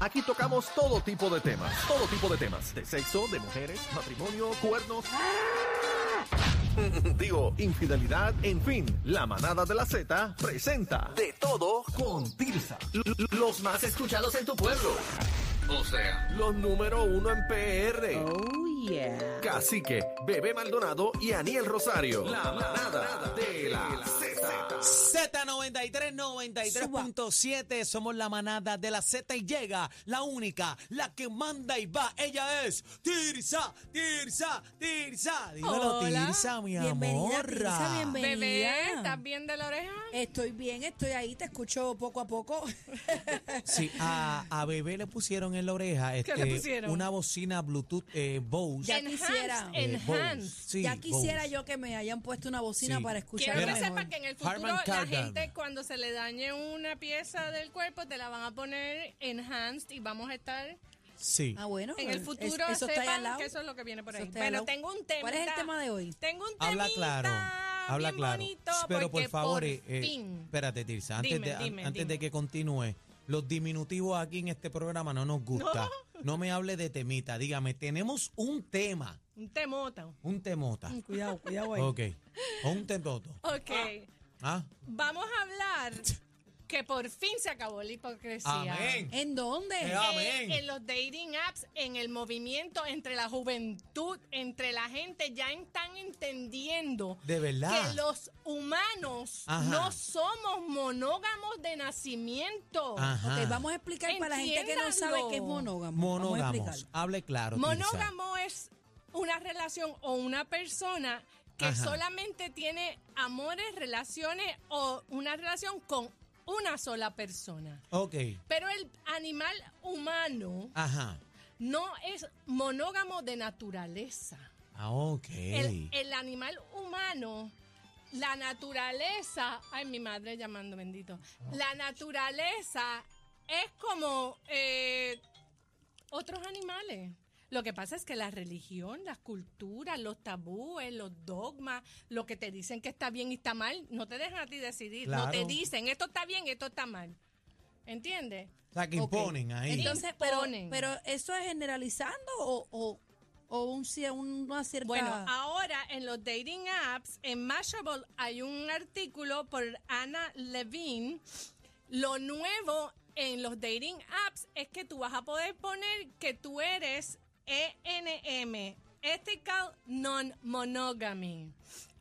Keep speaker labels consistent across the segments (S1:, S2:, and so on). S1: Aquí tocamos todo tipo de temas, todo tipo de temas, de sexo, de mujeres, matrimonio, cuernos. Digo, infidelidad, en fin, la manada de la Z presenta
S2: De todo,
S1: con Tirsa. L- l- Los más escuchados en tu pueblo,
S2: o sea,
S1: los número uno en PR.
S3: Oh, yeah.
S1: Cacique, Bebé Maldonado y Aniel Rosario. La manada de la Z.
S4: Z93, 93.7, somos la manada de la Z y llega la única, la que manda y va. Ella es Tirsa, Tirsa, Tirsa. Dímelo,
S5: Hola.
S4: Tirsa, mi
S5: Bienvenida,
S4: amor.
S5: Tirsa, bienvenida.
S6: Bebé, ¿estás bien de la oreja?
S5: Estoy bien, estoy ahí, te escucho poco a poco.
S4: Sí, a, a Bebé le pusieron en la oreja
S6: ¿Qué le
S4: este,
S6: pusieron?
S4: una bocina Bluetooth eh, Bose.
S5: Ya
S4: Eh,
S5: quisiera.
S6: Enhance.
S4: Bose. Sí,
S5: ya quisiera
S4: Bose.
S5: yo que me hayan puesto una bocina
S4: Sí.
S5: para escuchar
S6: Quiero que
S4: Mira.
S6: sepas que en el futuro
S4: Harman
S6: la
S4: Kardon.
S6: gente cuando se le dañe una pieza del cuerpo te la van a poner enhanced y vamos a estar
S4: Sí.
S5: Ah, bueno.
S6: en el
S5: es-
S6: futuro
S5: eso está ahí al
S6: sepan
S5: lado.
S6: que eso es lo que viene por
S5: Eso
S6: ahí.
S5: está ahí al
S6: Bueno,
S5: lado.
S6: tengo un tema.
S5: ¿Cuál es el tema de hoy?
S6: Tengo un tema.
S4: Habla claro, habla claro. Pero por favor, eh, eh, espérate, Tirsa, antes,
S6: Dime,
S4: de, an-
S6: dime,
S4: antes
S6: dime.
S4: de que continúe, los diminutivos aquí en este programa no nos gusta. No, me hable de temita, dígame, tenemos un tema,
S6: un temota.
S4: un temota.
S5: Mm, Cuidado, cuidado ahí.
S4: Ok, o un temoto.
S6: Ok,
S4: Ah,
S6: vamos a hablar que por fin se acabó la hipocresía.
S4: amén.
S5: ¿En dónde?
S4: Eh,
S6: Eh,
S4: Amén.
S6: en los dating apps, en el movimiento entre la juventud, entre la gente, ya en- están entendiendo
S4: De verdad.
S6: que los humanos
S4: Ajá.
S6: no somos monógamos de nacimiento.
S4: Ajá.
S5: Ok, vamos a explicar para la gente que no sabe
S6: Entiéndanlo.
S5: qué es monógamo. Vamos a
S4: Monógamos,
S5: explicar.
S4: hable claro. Tirsa.
S6: Monógamo es una relación o una persona que
S4: Ajá.
S6: solamente tiene amores, relaciones o una relación con una sola persona.
S4: Ok,
S6: Pero el animal humano
S4: ajá.
S6: no es monógamo de naturaleza.
S4: Ah, ok.
S6: El, el animal humano, la naturaleza, ay mi madre llamando bendito, la naturaleza es como eh, otros animales. Lo que pasa es que la religión, las culturas, los tabúes, los dogmas, lo que te dicen que está bien y está mal, no te dejan a ti decidir. No te
S4: Claro.
S6: dicen esto está bien, esto está mal. ¿Entiendes?
S4: o sea, que
S5: ok.
S4: imponen ahí.
S6: Entonces,
S5: Pero,
S6: ponen.
S5: pero eso es generalizando o, o, o un, cie- una cierta...
S6: Bueno, ahora en los dating apps, en Mashable hay un artículo por Ana Levine. Lo nuevo en los dating apps es que tú vas a poder poner que tú eres ENM, Ethical Non-Monogamy,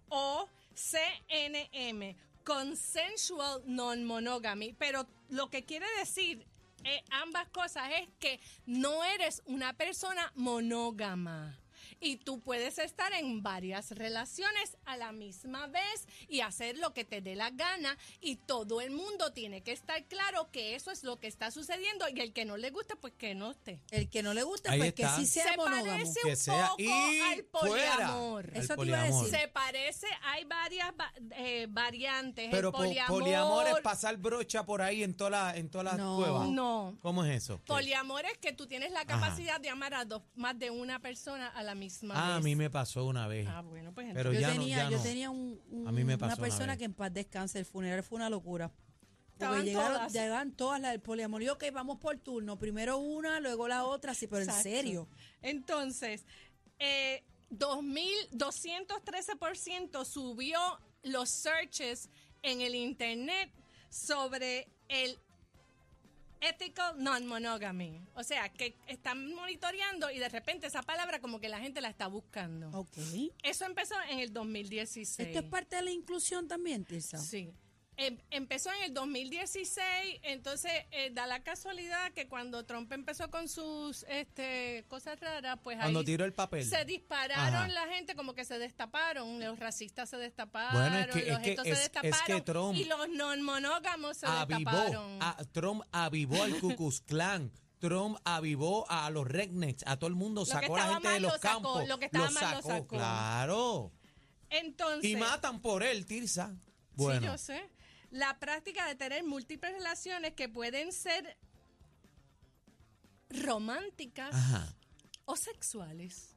S6: o CNM, Consensual Non-Monogamy. Pero lo que quiere decir eh, ambas cosas es que no eres una persona monógama. Y tú puedes estar en varias relaciones a la misma vez y hacer lo que te dé la gana. Y todo el mundo tiene que estar claro que eso es lo que está sucediendo. Y el que no le gusta, pues que no esté.
S5: el que no le gusta,
S4: Ahí
S5: pues
S4: está.
S5: que sí sea
S6: Se
S5: monógamo.
S6: parece
S4: que
S6: un
S4: sea
S6: poco
S4: y
S6: al
S4: fuera.
S6: poliamor.
S4: Al
S5: Eso te iba a
S4: poliamor.
S5: decir.
S6: Se parece, hay varias va- eh, variantes.
S4: Pero
S6: el
S4: po-
S6: poliamor,
S4: poliamor, es pasar brocha por ahí en todas las en todas las
S5: No.
S4: cuevas.
S6: No.
S4: ¿Cómo es eso?
S6: Poliamor es que tú tienes la capacidad de amar a dos, más de una persona a la misma vez.
S4: Ah, a mí me pasó una vez.
S6: Ah, bueno, pues
S4: Pero
S5: yo
S4: ya no,
S5: tenía,
S4: ya
S5: yo
S4: no.
S5: tenía un- un-
S4: A mí me
S5: una
S4: pasó una
S5: persona
S4: vez.
S5: que en paz descanse, el funeral fue una locura. Porque
S6: Estaban
S5: llegaron,
S6: todas.
S5: llegaban todas las del poliamor. Y ok, vamos por turno. Primero una, luego la otra, sí, pero
S6: Exacto.
S5: en serio.
S6: Entonces, eh, 2.213% subió los searches en el internet sobre el ethical non-monogamy. O sea, que están monitoreando y de repente esa palabra como que la gente la está buscando.
S5: Ok.
S6: Eso empezó en el 2016.
S5: Esto es parte de la inclusión también, Tirsa.
S6: Sí. Em- empezó en el 2016, entonces eh, da la casualidad que cuando Trump empezó con sus este, cosas raras, pues
S4: Cuando
S6: ahí
S4: tiró el papel.
S6: se dispararon
S4: Ajá.
S6: la gente, como que se destaparon, los racistas se destaparon,
S4: Bueno, es que- es
S6: los
S4: que-
S6: estos
S4: es-
S6: se
S4: es que
S6: destaparon
S4: Trump
S6: y los non monógamos se
S4: avivó. ah,
S6: destaparon.
S4: a- Trump avivó al Ku Klux Klan. Trump avivó a los rednecks, a todo el mundo,
S6: que
S4: sacó a la
S6: estaba
S4: gente
S6: mal
S4: de
S6: lo
S4: los
S6: sacó,
S4: campos.
S6: lo que estaba mal lo sacó.
S4: Claro.
S6: Entonces,
S4: Y matan por él, Tirsa.
S6: Sí,
S4: Bueno,
S6: yo sé. La práctica de tener múltiples relaciones que pueden ser románticas
S4: ajá.
S6: o sexuales.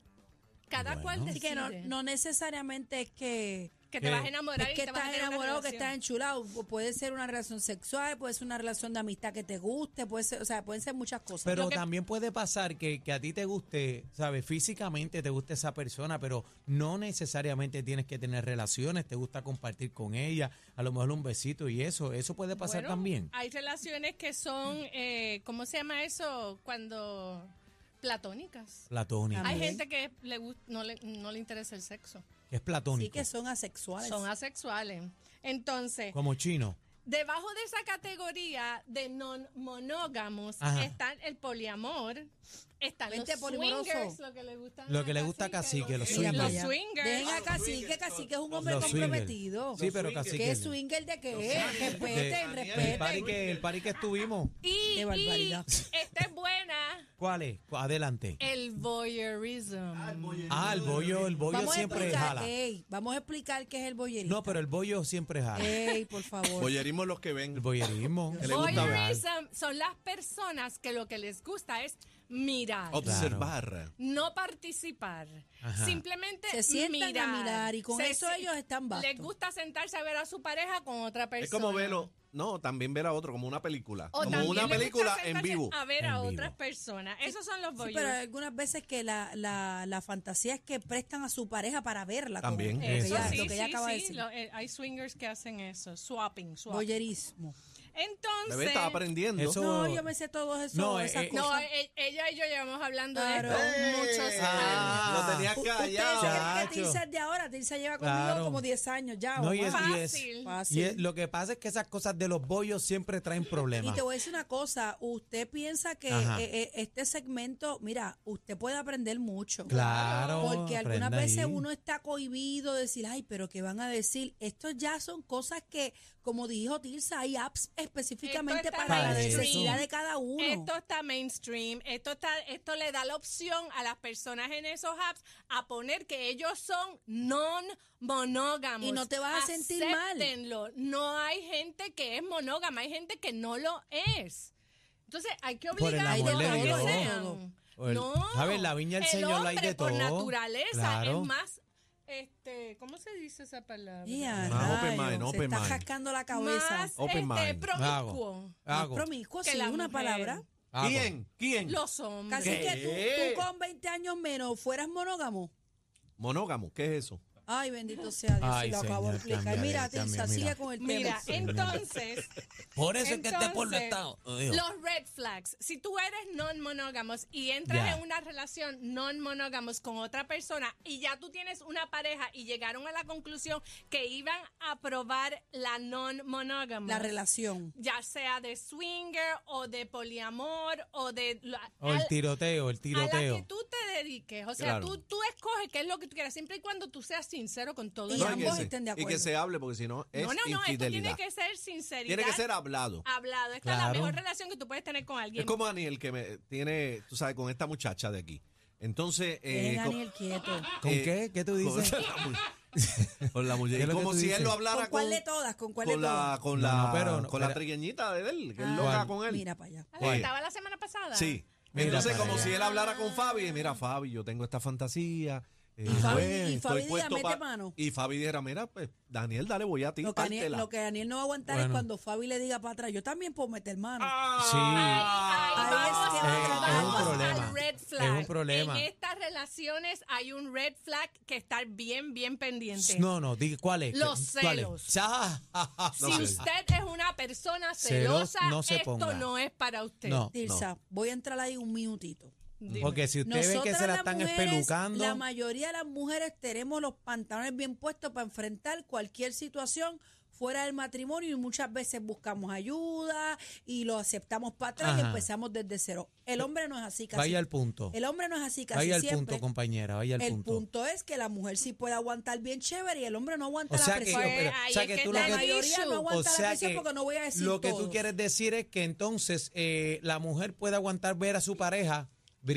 S6: Cada
S4: Bueno.
S6: cual decide.
S5: Así que no, no necesariamente es que
S6: que te
S4: Sí.
S6: vas a enamorar
S5: Es
S6: y
S5: que
S6: te vas a
S5: estás
S6: tener una
S5: enamorado, que
S6: relación.
S5: estás enchulado. O Puede ser una relación sexual, puede ser una relación de amistad que te guste, puede ser, o sea, pueden ser muchas cosas.
S4: Pero
S6: Lo que-
S4: también puede pasar que, que a ti te guste, ¿sabes? Físicamente te gusta esa persona, pero no necesariamente tienes que tener relaciones, te gusta compartir con ella, a lo mejor un besito y eso, eso puede pasar
S6: Bueno,
S4: también.
S6: Hay relaciones que son, eh, ¿cómo se llama eso? Cuando platónicas.
S4: Platónico.
S5: También.
S6: Hay gente que le gust- no, le, no le interesa el sexo.
S4: que es platónico.
S5: sí que son asexuales.
S6: Son asexuales. Entonces,
S4: Como chino.
S6: debajo de esa categoría de non monógamos
S4: Ajá.
S6: están el poliamor, están
S5: Vente,
S6: los
S5: polimoroso.
S6: swingers, lo que le gusta
S4: Lo que le gusta a Cacique, los swingers.
S6: Los
S5: Mira para allá.
S6: swingers.
S5: Dejen a Cacique, Cacique es un hombre
S4: Los swingers.
S5: comprometido.
S4: Sí, pero
S1: swingers.
S4: casi Eh,
S5: ¿Qué swinger de qué es? Respeten,
S4: El party
S5: respeten.
S4: que, el party que estuvimos.
S6: Y,
S5: Qué
S6: y
S5: barbaridad.
S6: esta es buena,
S4: ¿Cuál es? Adelante.
S6: el voyeurism.
S4: Ah, el bollo, el bollo
S5: Vamos a
S4: siempre
S5: explicar,
S4: jala.
S5: ey, vamos a explicar qué es el boyerismo.
S4: No, pero el bollo siempre jala.
S5: Ey, por favor.
S2: Boyerismo los que
S4: El
S2: ven.
S4: bollerismo.
S2: Que le gusta ver.
S6: Voyeurism son las personas que lo que les gusta es mirar,
S2: Observar.
S6: no participar.
S4: Ajá.
S6: Simplemente
S5: Se sientan a
S6: mirar.
S5: mirar y con eso
S6: si-
S5: ellos están bastos.
S6: Les gusta sentarse a ver a su pareja con otra persona.
S2: Es como verlo. No, también ver a otro, como una película.
S6: O
S2: como
S6: también
S2: una
S6: les gusta
S2: película en
S6: sentarse
S2: vivo.
S6: A ver
S4: En
S6: a
S4: vivo.
S6: otras personas. Esos son los
S5: Sí,
S6: voyeurs.
S5: pero hay algunas veces que la, la, la fantasía es que prestan a su pareja para verla. como
S2: También.
S5: Lo que
S4: Eso
S5: ella,
S4: sí,
S5: lo que ella acaba de
S6: sí,
S5: decir.
S6: lo- eh, hay swingers que hacen eso, swapping, swapping.
S5: Boyerismo.
S6: Entonces,
S2: Bebé, estás aprendiendo.
S4: Eso-
S5: No, yo me sé todo eso,
S4: No,
S5: esas
S4: eh, eh,
S6: no,
S5: cosas.
S6: e- ella y yo llevamos hablando
S5: Claro.
S6: de esto
S4: Ah.
S2: ¡Eh!
S6: muchos años.
S2: Ah, Lo tenía
S5: U-
S2: callado.
S5: Ustedes creen que
S4: Chacho.
S5: Tirsa es de ahora, Tirsa lleva conmigo
S4: Claro.
S5: como 10 años ya.
S4: No,
S5: o
S4: y es-
S5: más.
S4: y es-
S6: Fácil.
S5: Fácil.
S4: Y es- lo que pasa es que esas cosas de los bollos siempre traen
S5: Y
S4: problemas.
S5: te voy a decir una cosa, usted piensa que
S4: Ajá.
S5: eh, eh, este segmento, mira, usted puede aprender mucho.
S4: Claro.
S5: Porque algunas
S4: aprenda
S5: veces
S4: ahí.
S5: uno está cohibido de decir, ay, pero ¿qué van a decir? Estos ya son cosas que, como dijo Tirsa, hay apps específicamente
S6: Esto está
S5: para la
S4: mainstream.
S5: necesidad de cada uno.
S6: Esto está mainstream, esto está, esto le da la opción a las personas en esos apps a poner que ellos son non monógamos.
S5: Y no te vas a sentir mal.
S6: Acéptenlo. No hay gente que es monógama, hay gente que no lo es. Entonces hay que
S4: Por el
S6: obligar
S5: amor de
S6: que
S5: Dios.
S6: sean.
S4: O el-
S6: no,
S4: ¿sabes? La viña del
S6: el
S4: Señor la hay
S6: hombre
S4: de
S6: por
S4: todo.
S6: naturaleza
S4: Claro.
S6: es más, este, ¿cómo se dice esa palabra?
S5: Ya,
S2: Más open
S5: rayos,
S2: mind,
S5: se
S2: open
S5: está
S2: mind.
S5: cascando la cabeza.
S6: Más
S2: Open
S6: este,
S2: mind.
S6: promiscuo.
S5: Más
S4: Hago,
S5: promiscuo,
S6: Que
S5: sí,
S6: la
S5: una
S6: mujer.
S5: palabra.
S4: hago.
S2: ¿Quién? ¿Quién?
S6: Los hombres.
S5: Casi que tú,
S2: ¿Qué?
S5: tú con 20 años menos fueras monógamo.
S2: Monógamo, ¿qué es eso?
S5: Ay, bendito sea Dios,
S4: Ay,
S5: si lo acabo de
S4: señor,
S5: explicar.
S4: cambia de-
S5: Mira, Tirsa,
S4: cambia, mira.
S5: sigue con el tema.
S6: Mira, entonces,
S4: Por eso es que este pueblo
S6: Entonces,
S4: está.
S6: los red flags. Si tú eres non monógamos y entras
S4: Ya.
S6: en una relación non monógamos con otra persona y ya tú tienes una pareja y llegaron a la conclusión que iban a probar la non monógama.
S5: La relación.
S6: Ya sea de swinger o de poliamor o de... la-
S4: O el
S6: al-
S4: tiroteo, el
S6: A la
S4: tiroteo.
S6: que tú te dediques. O sea,
S2: Claro.
S6: tú, tú escoges qué es lo que tú quieras, siempre y cuando tú seas sincero con todo
S5: Y
S6: el
S2: No,
S5: ambos
S2: que se-
S5: estén de
S2: Y que
S5: acuerdo.
S2: se hable, porque si no es
S6: no, no, no, esto tiene
S2: infidelidad.
S6: que ser sinceridad.
S2: Tiene que ser hablado.
S6: hablado. Esta es
S4: Claro.
S6: la mejor relación que tú puedes tener con alguien.
S2: Es como Daniel que me tiene, tú sabes, con esta muchacha de aquí. Entonces, eh,
S5: Dejen a
S2: con-
S5: Daniel quieto.
S4: ¿Con
S2: eh,
S4: qué? ¿Qué tú dices?
S2: Con la, mu- con la mujer.
S4: ¿Qué es lo que
S2: como
S4: tú
S2: si
S4: dices?
S2: él lo
S5: ¿Con
S2: hablara con,
S5: cuál de todas? ¿Con cuál de
S2: con la,
S5: todas?
S2: con
S4: No,
S2: la,
S4: no, pero no,
S2: con la
S4: pero-
S2: trigueñita de él, que es
S5: Ah,
S2: loca con él.
S5: Mira para allá.
S6: Ah,
S2: ¿Cuál?
S6: Estaba la semana pasada.
S2: Sí.
S4: Mira
S2: Entonces,
S4: para
S2: como
S4: allá.
S2: si él hablara con Fabi, mira, Fabi, yo tengo esta fantasía. eh,
S5: Y Fabi-
S2: pues,
S5: y
S2: estoy
S5: Fabi diga,
S2: puesto
S5: "Mete
S2: pa-".
S5: mano.
S2: Y Fabi dijera, mira, pues, Daniel, dale, voy a ti,
S5: Lo que, Daniel,
S2: pártela.
S5: lo que Daniel no va a aguantar es
S4: Bueno.
S5: cuando Fabi le diga para atrás, yo también puedo meter mano.
S4: Ah, Sí.
S6: Ahí
S5: Ahí
S6: vamos,
S5: es que
S6: ahí
S5: va a
S6: vamos
S5: tratar. Es un
S4: problema.
S6: al red
S4: Es
S6: flag.
S4: un problema.
S6: En estas relaciones hay un red flag que estar bien, bien pendiente.
S4: No, no, di cuál es.
S6: Los
S4: ¿Cuál es?
S6: celos.
S4: Ya, ja, ja,
S6: si
S4: sí.
S6: usted es una persona
S4: Celos,
S6: celosa,
S4: no se
S6: esto
S4: ponga.
S6: no es para usted.
S4: No.
S5: Tirsa, voy a entrar ahí un minutito.
S6: Dime.
S4: Porque si usted ve que
S5: Nosotras
S4: se la
S5: las
S4: están
S5: mujeres,
S4: espelucando.
S5: La mayoría de las mujeres tenemos los pantalones bien puestos para enfrentar cualquier situación fuera del matrimonio y muchas veces buscamos ayuda y lo aceptamos para atrás y
S4: Ajá.
S5: empezamos desde cero. El hombre no es así casi.
S4: Vaya al punto.
S5: El hombre no es así casi
S4: Vaya al
S5: siempre.
S4: punto, compañera. Vaya al
S5: el punto.
S4: punto.
S5: es que la mujer sí puede aguantar bien chévere y el hombre no aguanta
S4: O sea
S5: la
S4: que,
S5: presión.
S6: Pues,
S4: pero-
S6: ahí
S4: o sea
S6: es
S4: que
S6: que
S4: tú lo
S5: la
S6: está
S4: que
S6: el
S5: mayoría no
S6: issue.
S5: aguanta
S4: O sea
S5: la presión
S4: que
S5: porque no voy a decir
S4: lo que tú
S5: todo.
S4: quieres decir es que entonces eh, la mujer puede aguantar ver a su pareja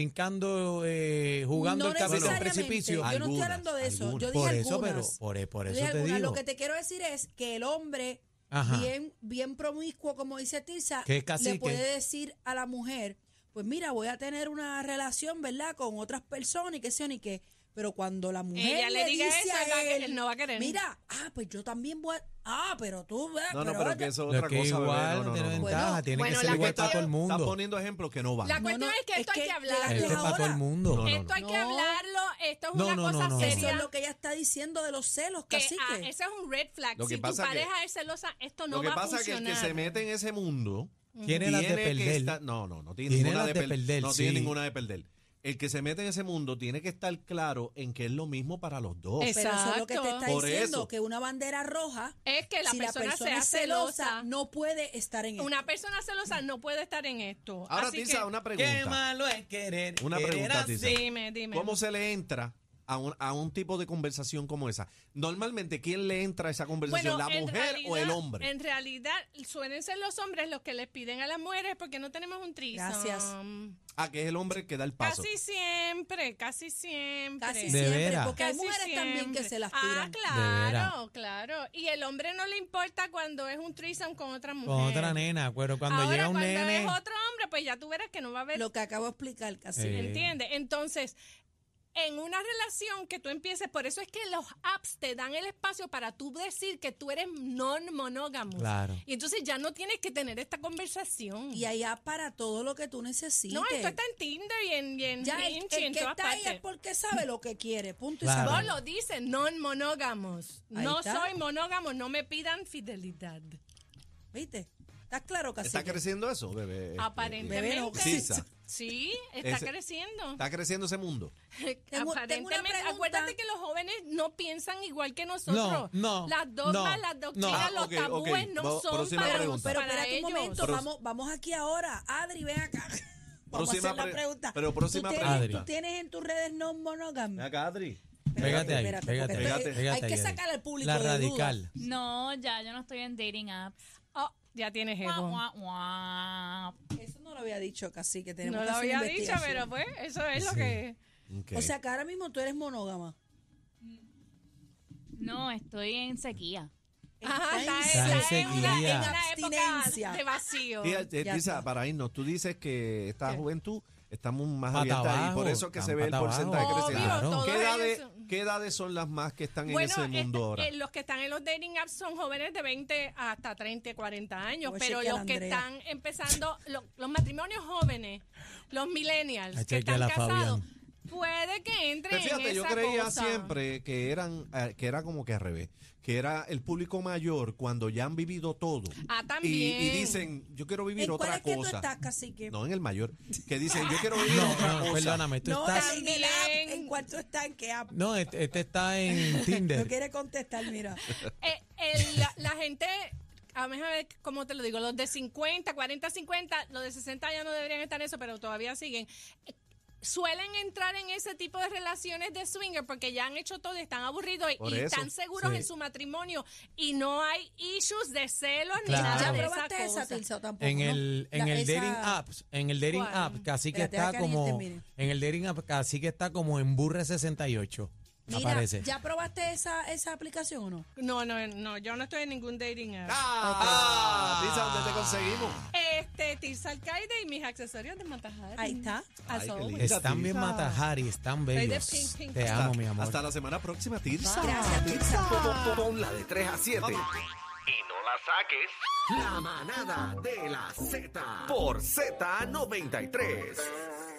S4: brincando, eh, jugando
S5: no
S4: el camino al
S5: necesariamente.
S4: precipicio.
S5: Yo no estoy
S2: Algunas,
S5: hablando de eso. Yo
S2: algunas.
S5: dije
S4: Por eso,
S5: algunas.
S4: pero- por- por
S5: Yo
S4: eso
S5: dije
S4: te
S5: algunas.
S4: digo.
S5: Lo que te quiero decir es que el hombre,
S4: Ajá.
S5: bien, bien promiscuo, como dice Tirsa,
S4: Que es cacique.
S5: le puede decir a la mujer, pues mira, voy a tener una relación, ¿verdad?, con otras personas y qué sé yo, ni qué. Pero cuando la mujer
S6: Ella le diga
S5: dice
S6: eso, él va a
S5: a
S6: que-
S5: él,
S6: no va a querer.
S5: Mira, ah, pues yo también voy a... Ah, pero tú... eh,
S2: No, no, pero
S5: oye,
S2: que eso es
S4: Pero
S2: otra
S4: es que
S2: cosa. bebé.
S4: igual,
S2: No, no,
S4: no tiene
S2: no, no.
S4: ventaja,
S5: Bueno,
S4: tiene
S6: bueno,
S4: que ser
S6: la
S4: igual para todo el
S6: cuestión-
S2: Estás
S4: mundo.
S2: poniendo ejemplos que no van.
S6: La
S5: No,
S6: cuestión
S5: no,
S6: es que esto
S5: es
S6: hay
S5: que
S6: que
S5: la-
S6: hablarlo
S4: Este es para todo
S5: ahora.
S4: el mundo.
S2: No, no,
S6: esto hay que
S5: No.
S6: hablarlo, esto es
S4: No,
S6: una
S4: no,
S6: cosa
S4: no, no.
S5: Eso
S6: seria.
S5: es lo que ella está diciendo de los celos,
S6: que,
S5: cacique.
S6: ah, ese es un red flag.
S2: Lo que
S6: si tu
S2: pasa que-
S6: pareja es celosa, esto no
S2: Lo que
S6: va
S2: pasa
S6: a
S2: es que el que
S6: funcionar.
S2: se mete en ese mundo
S4: Tiene las de
S2: que
S4: perder.
S2: estar- no, no, no tiene,
S4: Tiene
S2: ninguna
S4: las
S2: de,
S4: de
S2: per-
S4: perder,
S2: No tiene
S4: sí.
S2: ninguna de perder. El que se mete en ese mundo tiene que estar claro en que es lo mismo para los dos.
S6: Es-
S5: Pero eso es lo que te está
S6: Exacto.
S2: Por
S5: diciendo,
S2: eso.
S5: que una bandera roja,
S6: Es que la
S5: si
S6: persona,
S5: la persona
S6: sea
S5: es celosa,
S6: celosa,
S5: no puede estar en
S6: una persona celosa no puede estar en esto.
S2: Ahora,
S6: Así
S2: Tisa,
S6: que-
S2: una
S4: Qué
S2: pregunta.
S4: malo es querer.
S2: Una
S4: querer
S2: pregunta,
S4: así.
S2: Tisa.
S6: Dime, dime.
S2: ¿Cómo se le entra a un, a un tipo de conversación como esa? Normalmente, ¿quién le entra a esa conversación? ¿La
S6: en
S2: mujer o
S6: realidad-
S2: el hombre?
S6: En realidad, suelen ser los hombres los que les piden a las mujeres porque no tenemos un trisome.
S5: Gracias.
S2: Ah, que es el hombre que da el paso.
S6: Casi siempre, casi siempre.
S5: Casi
S4: De
S5: siempre,
S4: veras.
S5: porque hay
S6: Casi
S5: mujeres también que
S6: siempre.
S5: se las tiran.
S6: Ah,
S4: De
S6: claro,
S4: veras.
S6: claro. Y el hombre no le importa cuando es un threesome con otra mujer.
S4: Con otra nena, pero cuando
S6: Ahora,
S4: llega un
S6: cuando
S4: nene.
S6: es otro hombre, pues ya tú verás que no va a haber
S5: Lo que acabo de explicar, cacique.
S4: Eh.
S6: ¿Entiendes? Entonces, en una relación que tú empieces, por eso es que los apps te dan el espacio para tú decir que tú eres non monógamo.
S4: Claro.
S6: Y entonces ya no tienes que tener esta conversación.
S5: Y allá para todo lo que tú necesites.
S6: no, esto está en Tinder y en, y en
S5: ya el,
S6: Hinge y
S5: el
S6: en
S5: que
S6: todas
S5: está ahí es
S6: partes.
S5: porque sabe lo que quiere, punto
S4: Claro.
S5: y
S6: Vos
S5: sabe.
S6: lo dices, non monógamos.
S5: Ahí
S6: No
S5: está.
S6: soy monógamo, no me pidan fidelidad.
S5: ¿Viste? ¿Estás claro, cacique?
S2: ¿Está creciendo eso, bebé?
S5: Bebé, no.
S6: Aparentemente.
S2: Sisa.
S6: Sí, está
S2: Ese-
S6: creciendo.
S2: ¿Está creciendo ese mundo?
S5: tengo una
S6: Aparentemente,
S5: pregunta.
S6: acuérdate que los jóvenes no piensan igual que nosotros.
S4: no,
S6: Las dogmas,
S4: no,
S6: las doctrinas,
S2: no.
S6: los
S2: Ah, ok,
S6: tabúes
S2: ok.
S6: no
S2: Vamos,
S6: son
S2: próxima
S6: para,
S2: pregunta.
S5: Pero
S6: para
S5: espérate un
S6: ellos.
S5: momento,
S2: Pero-
S5: vamos, vamos aquí ahora. Adri, ven acá. Vamos
S2: Próxima
S5: a hacer la
S2: pre-
S5: pregunta.
S2: pero próxima
S5: ¿Tú tienes,
S4: pregunta.
S5: ¿Tú tienes en tus redes no monógamo?
S2: acá, Adri.
S4: Pégate ahí,
S5: espérate,
S4: pégate,
S5: porque
S2: pégate,
S5: hay
S4: pégate
S5: que
S4: ahí, ahí.
S5: sacar al público
S4: La
S5: de dudas.
S4: radical.
S3: No, ya, yo no estoy en dating apps.
S6: Oh, ya tienes
S3: Guau,
S6: ego.
S3: guau, guau.
S5: Eso no lo había dicho casi, que tenemos
S6: No
S5: que
S6: lo
S5: hacer
S6: había dicho,
S5: investigación.
S6: pero pues eso es lo que...
S2: Ok.
S5: O sea que ahora mismo tú eres monógama.
S3: No, estoy en sequía.
S6: Ajá, está,
S4: Está
S6: está en una,
S4: enseguida.
S6: en una época
S5: Abstinencia.
S6: de vacío.
S2: Tía, eh,
S5: Ya
S2: Tisa,
S5: está.
S2: para irnos, tú dices que esta juventud estamos más
S4: Pata
S2: abierta y
S4: abajo,
S2: por eso es que se
S4: están
S2: ve el
S4: pata
S2: porcentaje
S6: abajo.
S2: creciendo.
S6: Obvio, todos
S2: ¿Qué, edades,
S6: ellos son-
S2: qué edades son las más que están
S6: Bueno,
S2: en ese mundo
S6: esta-
S2: ahora?
S6: eh, los que están en los dating apps son jóvenes de 20 hasta 30, 40 años,
S5: Voy a
S6: pero
S5: chequear
S6: los
S5: a
S6: que
S5: Andrea.
S6: están empezando, lo- los matrimonios jóvenes, los millennials
S4: A
S6: que están
S4: chequear a
S6: casados, puede que entren
S2: Pero Pues fíjate,
S6: en
S2: yo
S6: esa
S2: creía
S6: cosa.
S2: siempre que eran eh, que era como que al revés, que era el público mayor cuando ya han vivido todo.
S6: Ah,
S2: Y-
S6: también.
S2: Y, dicen, yo quiero vivir
S5: ¿En cuál
S2: otra
S5: es que tú
S2: cosa.
S5: estás, cacique?
S2: No en el mayor, que dicen, yo quiero vivir otra
S4: No, no,
S2: cosa.
S4: perdóname, tú
S5: No,
S4: estás.
S5: en el app,
S6: También.
S5: ¿En cuál tú estás? ¿En qué app?
S4: No, este, este está en
S5: No
S4: Tinder.
S5: quiere contestar, mira.
S6: Eh, el- la, la gente, a ver, a ver cómo te lo digo, los de 50, 40, 50, los de 60 ya no deberían estar en eso, pero todavía siguen. Eh, Suelen entrar en ese tipo de relaciones de swinger porque ya han hecho todo, y están aburridos y-
S2: Por
S6: y
S2: eso,
S6: están seguros
S4: sí.
S6: en su matrimonio y no hay issues de celos
S4: Claro.
S6: ni nada
S5: ¿Ya
S6: de
S5: probaste
S6: Ah, esa
S5: esa,
S6: cosa.
S5: Tilsa, o tampoco?
S4: En
S5: no?
S4: el, en
S5: La-
S4: el
S5: esa-
S4: dating apps, en el dating
S6: ¿Cuál?
S4: app, casi que
S5: Espérate,
S4: está
S5: déjame que alguien
S4: como.
S5: termine.
S4: En el dating app, casi que está como en Burre 68.
S5: Mira,
S4: aparece.
S5: ¿ya probaste esa, esa aplicación o no?
S6: No, no, no, yo no estoy en ningún dating app.
S2: Ah, Tisa, ¿dónde te conseguimos?
S6: Este, Tilsa Alcaide y mis accesorios de Matajari.
S5: Ahí está.
S2: Ay, qué
S6: Azul.
S2: lindo.
S4: Están bien matajari, están bellos.
S6: Soy de Pink, Pink.
S4: Te amo, mi amor.
S2: Hasta la semana próxima, Tirsa.
S5: Gracias, Tilsa.
S1: Pon la de 3 a 7. Y no la saques. La manada de la Z por Z93.